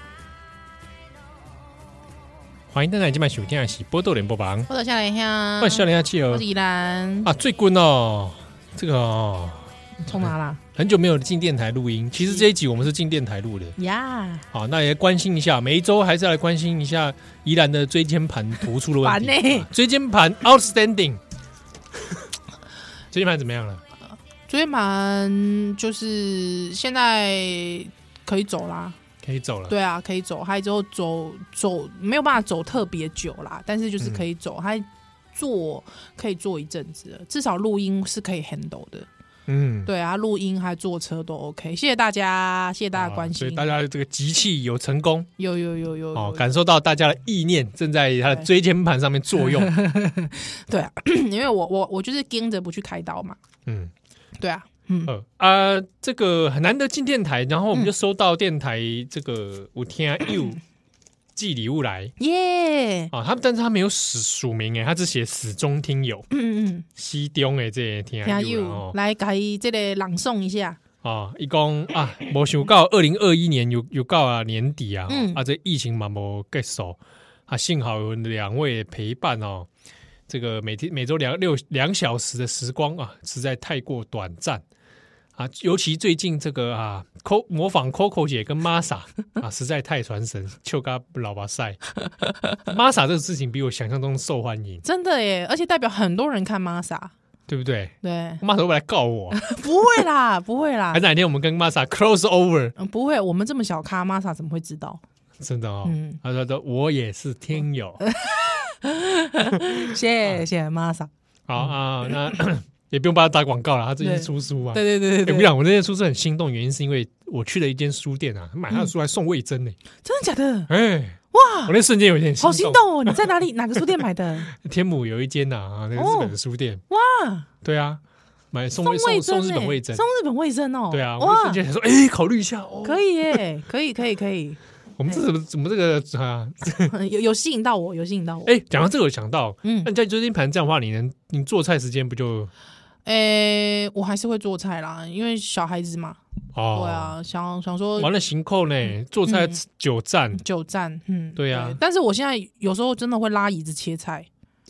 know. 欢迎大家今晚收听的是《波多连播榜》，我走下来一下，欢迎笑脸下气我哦是依兰，啊，最近哦，这个哦，从哪啦？很久没有进电台录音，其实这一集我们是进电台录的，呀，好，那也关心一下，每一周还是要来关心一下宜兰的椎间盘突出的问题。烦欸啊椎间盘 outstanding，椎间盘怎么样了？椎间盘就是现在可以走啦，可以走了。对啊，可以走。还之后走走没有办法走特别久啦，但是就是可以走，还做可以做一阵子了，至少录音是可以 handle 的。嗯，对啊，录音还坐车都 OK。谢谢大家，谢谢大家啊关所心以。大家这个集气有成功有有有有哦， 有，感受到大家的意念正在他的椎间盘上面作 用。对啊，因为我我我就是盯着不去开刀嘛。嗯，对啊，嗯，呃啊，这个很难得进电台，然后我们就收到电台这个我天又寄礼物来耶，啊，他但是他没有死署名哎，他只写死忠听友嗯嗯西中的这个听嗯，听友啦哦友。来给这个朗诵一下。啊，伊讲啊，无想到二零二一年有有到啊年底啊，嗯啊这疫情嘛无结束啊，幸好有两位陪伴哦，这个每天每周两六两小时的时光啊，实在太过短暂啊，尤其最近这个啊，Co 模仿 Coco 姐跟 Masa 啊，实在太传神， 就嘎老巴塞，Masa 这个事情比我想象中受欢迎，真的耶，而且代表很多人看 Masa，对不对对， ？Masa 会不会来告我啊， 不会啦，不会啦还是，哪天我们跟 Masa cross over？嗯，不会，我们这么小咖，Masa 怎么会知道？真的哦，嗯他说的我也是听友，谢谢 Masa，好啊，那 也不用帮他打广告了，他最近对出书啊嘛。对对对诶我对跟你对，讲，我那天出书很心动，原因是因为我去了一间书店啊，买他的书还送味增呢、真的假的？哎，哇我，那瞬间有点啊好心心动哦！你在哪里？哪个书店买的？天母有一间呐啊，那个日本的书店，哇，对 啊，买送哦送送味送增日耶本味增送，日本味增哦，对啊，我那哇瞬，间想说，哎，考虑一下哦，可以耶，可以可以可 以，我们这怎么怎么这个啊？有有吸引到我，有吸引到我。哎，讲到这个，我想到，嗯那你在椎间盘这样的话，你能你做菜时间不就诶，我还是会做菜啦，因为小孩子嘛，哦？对，啊，想想说完了行扣呢，做菜嗯久站，久站，嗯，对啊但是我现在有时候真的会拉椅子切菜，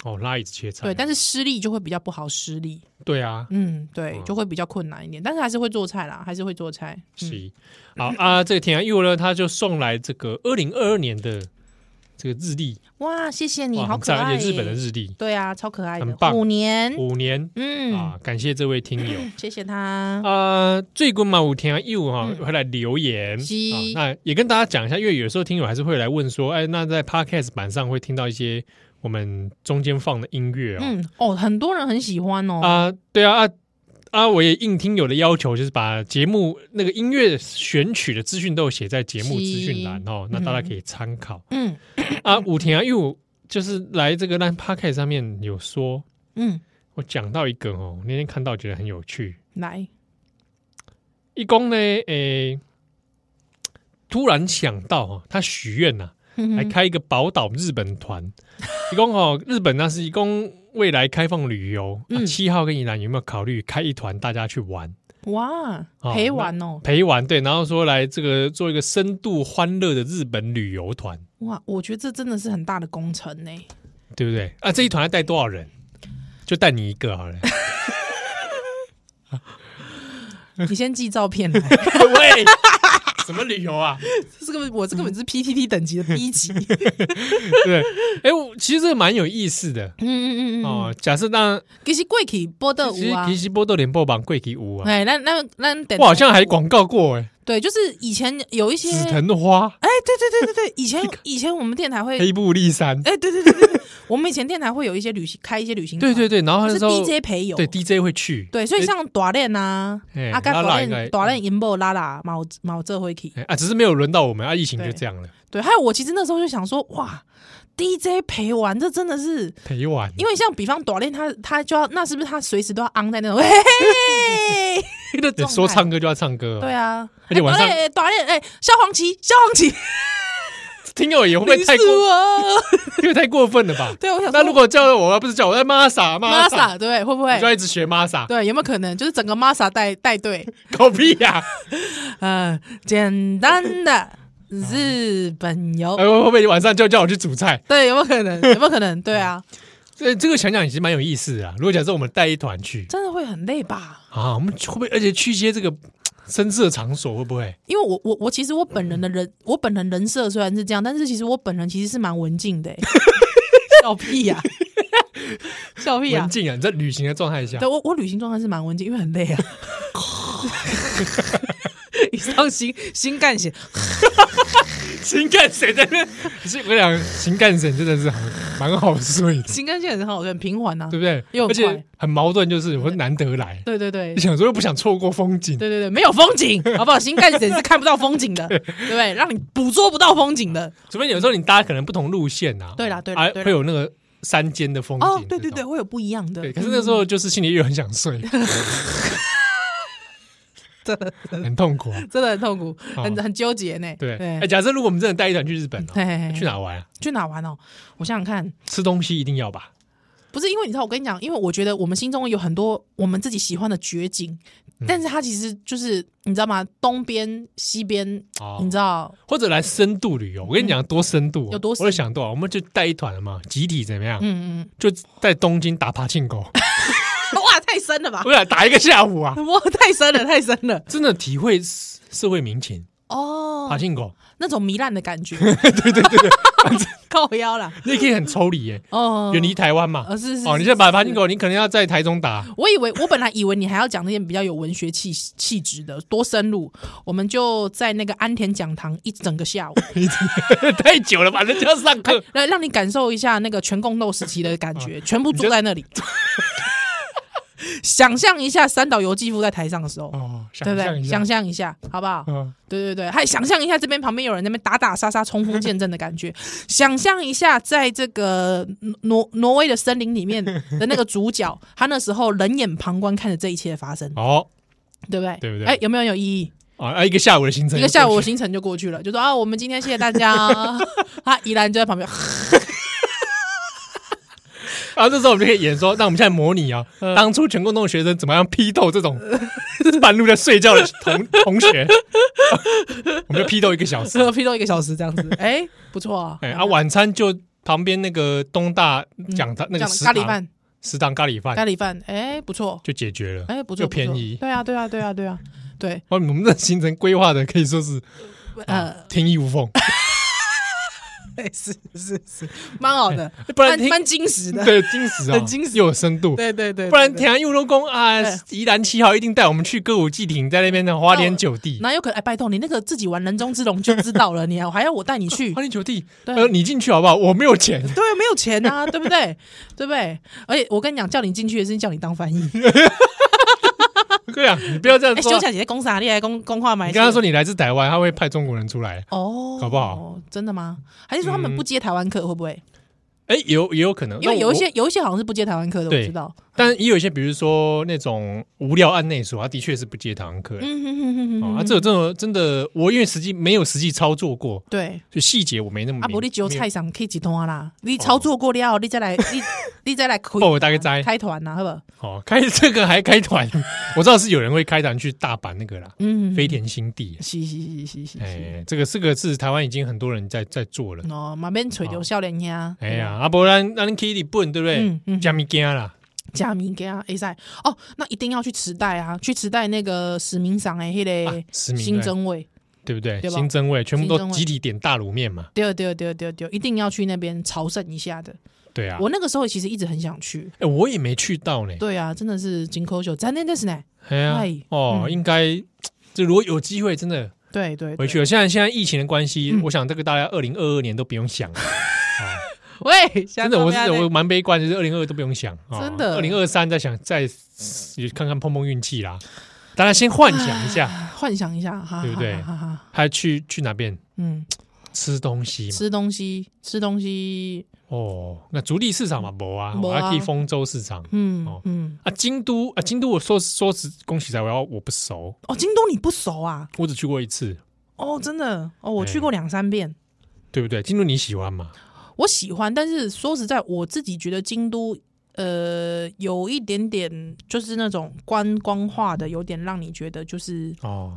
哦，拉椅子切菜，对，但是施力就会比较不好施力，对啊，嗯，对嗯，就会比较困难一点，但是还是会做菜啦，还是会做菜。嗯、是好啊，这个田安佑呢，他就送来这个二零二二年的这个日历，哇，谢谢你，哇，好很可赞，爱而耶，且日本的日历对啊，超可爱的，很棒五年，五年嗯，啊，感谢这位听友。谢谢他，啊，最近嘛，我听友哈会来留言嗯是啊，那也跟大家讲一下，因为有时候听友还是会来问说，哎，那在 podcast 版上会听到一些我们中间放的音乐哦，嗯，哦，很多人很喜欢哦，啊，对啊啊啊！我也应听友的要求，就是把节目那个音乐选曲的资讯都有写在节目资讯栏哦，那大家可以参考、嗯 啊。武田啊，因为我就是来这个 Line p o c a s t 上面有说，嗯，我讲到一个哦，我那天看到觉得很有趣，来，一公呢，诶、突然想到哈，他许愿呐，嗯来开一个宝岛日本团。 一公哦，日本那是一公未来开放旅游，嗯啊七、号跟宜兰有没有考虑开一团大家去玩？哇，哦陪玩哦，陪玩对，然后说来这个做一个深度欢乐的日本旅游团，哇，我觉得这真的是很大的工程 呢。对不对？嗯啊，这一团要带多少人？就带你一个 好了。你先寄照片 来， 喂，什么旅游啊？这个我这根本是 PTT 等级的 B 级。嗯对，哎、我其实这个蛮有意思的 嗯嗯嗯嗯，哦。假设当其实贵体波的其舞实啊其，实波豆连波榜贵给屋啊，哎，那那那等我好像还广告过哎、对，就是以前有一些，紫藤花、哎，对对对对对，以前以前我们电台会，黑布利山，哎，对对对对对，我们以前电台会有一些旅行，开一些旅行团，对对对，然后那就是时候 DJ 陪游，对 DJ 会去，对，所以像大练啊嘿，啊，跟拉拉大应该嗯练大练银波拉拉毛毛这回去，哎啊，只是没有轮到我们啊，疫情就对这样了，对，还有我其实那时候就想说，哇，DJ 陪玩这真的是。陪玩，因为像比方短练他他就要那是不是他随时都要 昂在那种嘿嘿嘿的对状态说唱歌就要唱歌、对，啊，而且晚上哎短练哎萧煌奇萧煌奇听友也会不会太你是过，我因为太过分了吧？对我啊 想说那如果叫我，啊不是叫我在 Masa 玛 Masa，莎对会不你就要会一直学 Masa，对有没有可能就是整个玛莎带带队狗屁啊呀！呃简单的日本游哎，会不会你晚上就叫我去煮菜？对有没有可能有没有可能对啊这这个想想也是蛮有意思的啊。如果假设我们带一团去真的会很累吧？啊，我们会不会而且去一些这个深色场所会不会？因为我我我其实我本人的人，我本人人设虽然是这样，但是其实我本人其实是蛮文静 的、欸，笑屁呀、笑屁呀、文静啊，啊你在旅行的状态下对，我我旅行状态是蛮文静，因为很累 啊。以上新新干线，情感神在那边，可是我跟你讲，情感神真的是很蛮好睡 的，新新干线很好，很平缓啊对。不对？又而很快且很矛盾，就是我难得来，对对对想说又不想错过风景，对对对，没有风 景，好不好？新干线是看不到风景的，对不对？让你捕捉不到风景的。除非有时候你搭可能不同路线啊，对啦对啦啊对啦会有那个山间的风景这哦种，，对对对，会有不一样的对，。可是那时候就是心里又很想 睡， 真的很痛苦啊。真的很痛苦，哦很很纠结呢。对，哎，对，假设如果我们真的带一团去日本哦嘿嘿嘿，去哪玩啊？去哪玩哦？我想想看，吃东西一定要吧？不是因为你知道，我跟你讲，因为我觉得我们心中有很多我们自己喜欢的绝景，嗯但是它其实就是你知道吗？东边、西边，哦你知道或者来深度旅游，我跟你讲多深度哦，嗯有多深我在想多少，我们就带一团了嘛，集体怎么样？嗯嗯，就在东京打爬庆狗，哇，太深了吧！ 我想打一个下午啊，哇，太深了，太深了。真的体会社社会民情。爬哦，庆狗，那种糜烂的 感觉， 靠腰啦，你也可以很抽离耶，哦，远离台湾嘛。呃是是哦，你现在把爬庆狗，你可能要在台中 打，我以为我本来以为你还要讲那些比较有文学气气质的，多深入，我们就在那个安田讲堂一整个下午，太久了吧？人家要上 课，哎来让你感受一下那个全共斗时期的感啊觉，全部坐在那里， 想象一下三岛由纪夫在台上的时候。哦，对想不象对？一想下，象一下，好不好？嗯，对对对，还想象一下这边旁边有人在那边打打杀杀、冲锋陷阵的感觉， 想象一下在这个挪挪威的森林里面的那个主角， 他那时候冷眼旁观看着这一切发生，哦，对不对？对不对哎，有没有有意义？啊，啊一个下午的行程，一个下午的行程就过去了，就说啊，我们今天谢谢 大家啊。他依然就在旁边，然后这时候我们就可以演说，那我们现在模拟啊，当初全共同学生怎么样批斗这种 半路在睡觉的同 同学，我们就批斗一个小时只。有批斗一个小时这 样子，哎，不错啊。哎啊，晚餐就旁边那个东大讲堂那这个样食咖堂喱饭，食堂咖喱咖饭喱饭，哎，不错，就解决了，哎，不错，就不错便宜。对啊，对啊，对啊，对啊，对，哇，我们的行程规划的可以说是呃，天衣无缝，哎，是是是，蛮好的，哎不然蛮听蛮矜持的。对金石啊，很精实又有深度。对对对，不然对田安又都公啊，宜兰七号一定带我们去歌舞伎町，在那边的花莲九地，哪有可能？哎，拜托你那个自己玩人中之龙就知道了，你还还 要我带 你去花？莲九地，对呃，你进去好不好？我没有钱，对，没有钱啊， 对不对？对不对？而且我跟你讲，叫你进去也是叫你当 翻译。对啊，你不要这样哎，说休。假姐姐公啥？你来公公话买？你跟他说你来自台湾，他会派中国人出来。哦，搞不好嗯真的吗？还是说他们不接台湾客会不会？哎，有也有可能，因为那有我一些，有一些好像是不接台湾课的，我对知道。但也有一些，比如说那种无聊案内所，他的确是不接堂课的。嗯哼哼哼哦哼啊，这个这种真的，我因为实际没有实际操作过，对。就细节我没那么啊，明。不，你只有没有菜场去一摊啦，你操作过了，你再来， 你你再来开哦哦我大概知开团呐，好不好？哦，开 这个还开团， 我知道是有人会开团去大阪那个啦，嗯，飞田新地。是是是是是是，哎，这个这个是台湾已经很多人在在做了。哦，嘛免揣着少年兄，哎呀，阿伯咱咱去日本对不嗯对？嗯加米加啦，加物件会使哦，那一定要去池袋啊，去池袋那个史明赏的迄啊个石明新增位，对不对？对吧新增味全部新都增味集体点大卤面嘛。对对对对对，一定要去那边朝圣一下的。对啊，我那个时候其实一直很想去，哎，我也没去到呢。对啊，真的是金口秀，真的是呢，哎呀哎，哦，嗯应该这如果有机会，真的对对，对嗯回去了。现在现在疫情的关系，我想这个大家二零二二年都不用想了。 喂，真的，我是我蛮悲观，就是二零二都不用想，哦真的二零二三再想再也看看碰碰运气啦。大家先幻想一下，幻想一下，哈对不对哈哈哈哈还去去哪边嗯，吃东西嘛？吃东西，吃东西，哦，那竹地市场嘛，没啊，没我啊还去丰州市场嗯哦嗯，啊。京都啊，京都，我说说实，恭喜在我要我不熟，哦，京都你不熟啊？我只去过一次，哦，真的，哦，我哎去过两三遍。对不对？京都你喜欢吗？我喜欢，但是说实在，我自己觉得京都呃有一点点就是那种观光化的，有点让你觉得就是哦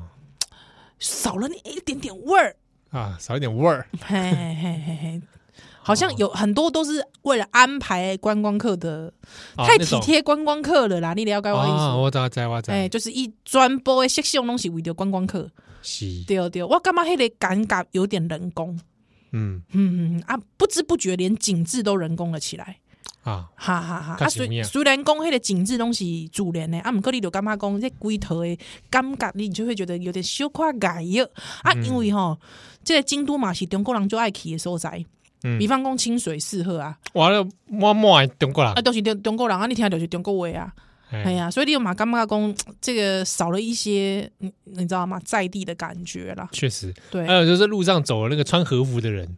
少了那一点点味儿， 啊，少一点味儿，嘿嘿嘿嘿嘿，好哦像有很多都是为了安排观光客的，啊太那体种贴观光客了啦，你了解我的意啊！思？我知道知道我知道哎、就是一专播的色相东西为了观光客，是对对，我干嘛迄个感觉有点人工，嗯嗯嗯嗯啊，不知不觉连景致都人工了起来。啊，哈哈哈！较啊，什么虽样虽然讲迄个景致拢是自然的，啊，毋过你就感觉讲这龟头的感觉，你就会觉得有点小可解药啊，因为吼，这个京都嘛是中国人就爱去的所在，嗯比方讲清水寺好啊，完了，摸摸还中国人啊，都、是中中国人啊，你听就是中国话啊，哎哎呀、所以你嘛感觉讲这个少了一些，你你知道吗？在地的感觉啦，确实，对还，有就是路上走了那个穿和服的 人，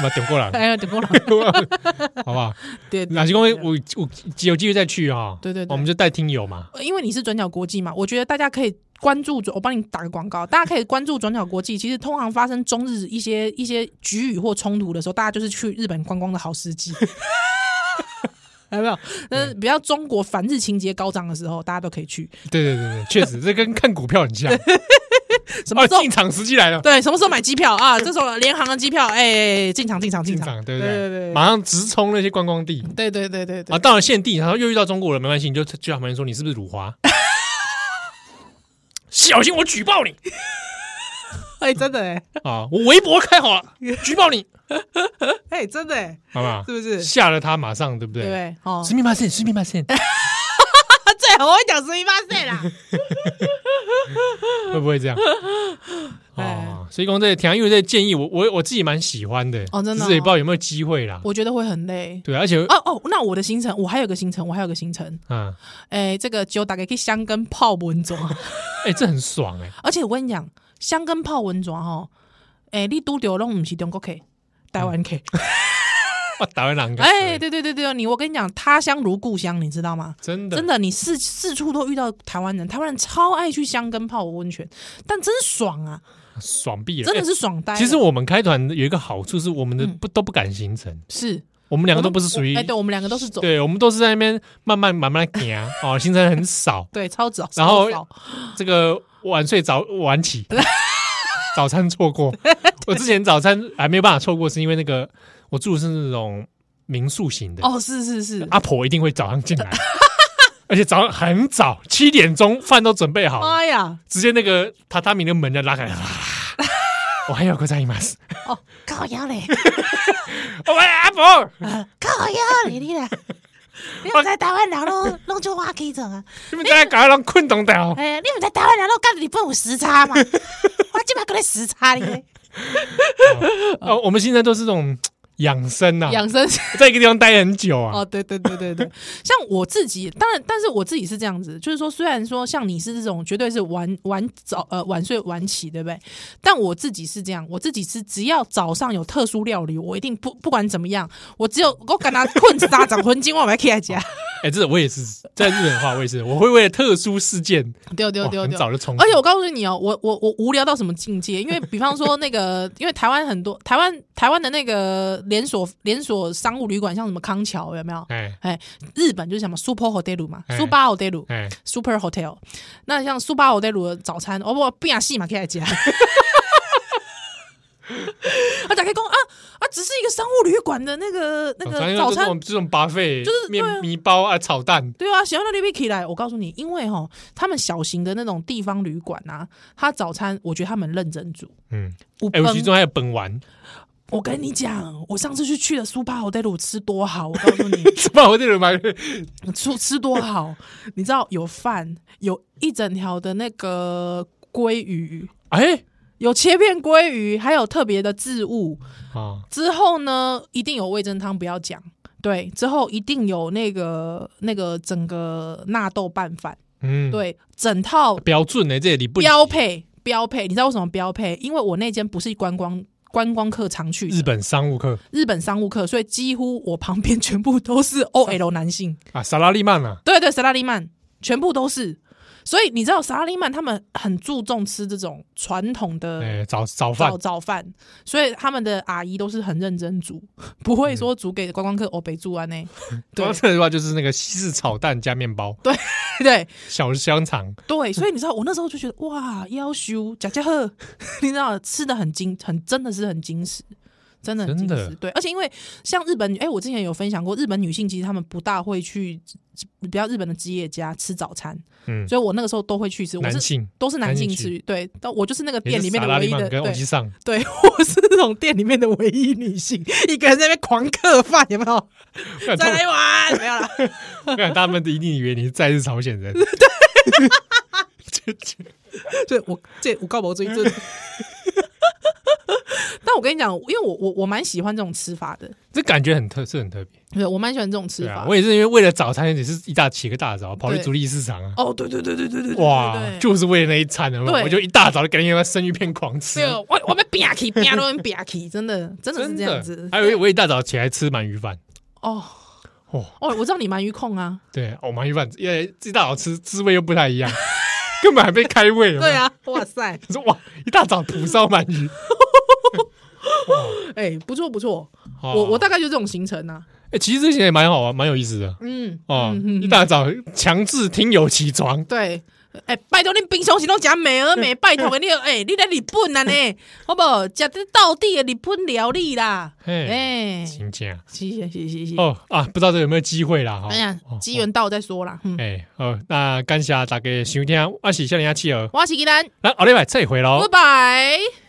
把点过来，哎呀，中国人， 好不好？对，哪些公会我我有机会再去哈？对对对我们就带听友嘛。因为你是转角国际嘛，我觉得大家可以关注转，我帮你打个广告，大家可以关注转角国际。其实通常发生中日一些一些局域或冲突的时候，大家就是去日本观光的好时机。有哎没有？但是比较中国反日情节高涨的时候，大家都可以去。对对对 对，确实，这跟看股票很像。什么哦，时候？进场时机来了，对，什么时候买机票啊？这时候联航的机票，哎、进场进场进进场。场，对不对对对？对马上直冲那些观光地对对对对对啊！，到了现地，然后又遇到中国人，没关系，你就就他们说你是不是辱华？ 小心我举报你哎、真的哎、啊！我微博开好 了，举报你，哎、真的哎、好不好？是不是？吓了他，马上对不对不对？对？哦，十米八线，十米八线，他最好会讲十一八岁啦。会不会这 样？哎哦，所以讲这田玉这建议，我我我自己蛮喜欢的哦真的哦只是也不知道有没有机会啦。我觉得会很累。对，而且哦哦，那我的行程，我还有个行程，我还有个行程。啊，哎、这个酒大概可以香根泡文庄。哎，这很爽哎，而且我跟你讲，香根泡文庄吼，诶、你拄着拢毋是中国客，台湾客。哇，打完两个，哎、哎，对对对对，你我跟你讲，他乡如故乡，你知道吗？真的真的，你四四处都遇到台湾人，台湾人超爱去香根泡温泉，但真爽啊，爽毙了，真的哎是爽呆了、其实我们开团有一个好处是，我们的嗯不都不敢行程，是我们两个都不是我属于哎、对我们两个都是走对，我们都是在那边慢慢慢慢行 哦，行程很少，对超早，然后超早这个晚睡早晚 起，早餐错过。我之前早餐还没有办法错过，是因为那个我住的是那种民宿型的，哦是是是，阿婆一定会早上进来，而且早上很早，七点钟饭都准备好了，妈哎呀，直接那个榻榻米的门就拉开了。我还有个在姨妈斯，哦靠 腰嘞，喂阿婆，靠腰 嘞，你啦！你毋知台湾人拢拢做我起床啊？哦你们在搞让困哦懂掉。哎、你毋知台湾人拢甲日本有时差 嘛？我即摆搁咧时差咧。哦，我们现在都是这种养生呐、养 生在一个地方待很久啊。哦，对对对对对，像我自己，当然，但是我自己是这样子，就是说，虽然说像你是这种绝对是晚晚早呃晚睡晚起，对不对？但我自己是这样，我自己是只要早上有特殊料理，我一定不不管怎么样，我只有我敢拿困子打掌魂经，我还可以家。哎、这我也是在日本话，我也是，我会为了特殊事件， 丢丢哇丢很丢。早就冲。而且我告诉你哦，我我我无聊到什么境界？因为比方说那个，因为台湾很多台湾台湾的那个连锁连锁商务旅馆，像什么康桥有没有？哎哎，日本就是什么 Super Hotel 嘛哎，Super Hotel。哎， Super Hotel，那像苏巴 Hotel 的早餐，哦不，不雅戏嘛可以来加。啊， 打开工啊啊，只是一个商务旅馆的那个那个早这餐种，这种 buffet 就是对面啊米包啊，炒蛋，对啊，想要那边起来，我告诉你，因为哈，他们小型的那种地方旅馆啊，他早餐我觉得他们认真煮。嗯，五哎、本我其中还有本丸， 我跟你讲，我上次去去了苏巴 Hotel 吃多好，我告 诉你，把我这人买，吃吃多好，你知道有饭，有一整条的那个鲑鱼，哎有切片鲑鱼，还有特别的渍物。啊，之后呢，一定有味噌汤，不要讲。对，之后一定有那个那个整个纳豆拌饭，嗯，，对，整套标准呢、这里不标配标配。你知道为什么标配？因为我那间不是观光观光客常去的日本商务客日本商务客，所以几乎我旁边 全部都是哦 OL 男性。啊，萨拉利曼啊，对对，萨拉利曼全部都是。所以你知道萨拉利曼他们很注重吃这种传统的哎、早早饭早早饭，所以他们的阿姨都是很认真煮，不嗯会说煮给观光客欧北住 啊呢。对光这的话就是那个西式炒蛋加面包， 对小香肠，对，所以你知道我那时候就觉得哇，要修贾家贺， 你知道吃的很精，很真的是很精实。真的很真精的实，对，而且因为像日本女，哎、我之前有分享过，日本女性其实她们不大会去，比较日本的职业家吃早餐，嗯，所以我那个时候都会去吃，我男是性都是男男性性吃区，对，但我就是那个也店是里面萨的拉唯利一曼的，跟欧吉对上，对，我是那种店里面的唯一女性，一个人在那边狂嗑饭，有没有？我再来想一碗，没有啦， 我想他们一定以为你是在日朝鲜 人，对我这我告白追这 但我跟你讲，因为我我我蛮喜欢这种吃法的，这感觉很特，是很特别。对我蛮喜欢这种吃对法。啊，我也是因为为了早餐，也是一大起个大早，跑去对竹立市场啊，哦，对对对对对对，对哇，对就是为了那一餐啊，对我就一大早就感觉要生鱼片狂吃啊这。个我我们扁起扁都扁起，真的真的是真这样子的，。还有一我一大早起来吃鳗鱼饭，哦哦哦，我知道你鳗鱼控啊，对，哦，鳗鱼饭，因为一大早吃滋味又不太一样， 根本还没开胃。有没有对，啊，哇塞，你说哇，一大早蒲烧鳗鱼，哎、不错不错，哦 我我大概就这种行程啊，欸，其实这些也蛮好玩，蛮有意思的嗯，哦。一大早强制听友起床，对。哎、拜托你平常时都食美而美，拜托你，哎、你来日本啊呢，好不好？食这道地的日本料理啦，嘿，哎、请假是是是是是。哦啊，不知道这有没有机会啦？哈，哎呀哦，机缘到再说啦。嗯，哎哦，那感谢大家收听，我是少年阿七儿，我是吉兰，那奥利拜再会喽拜。拜。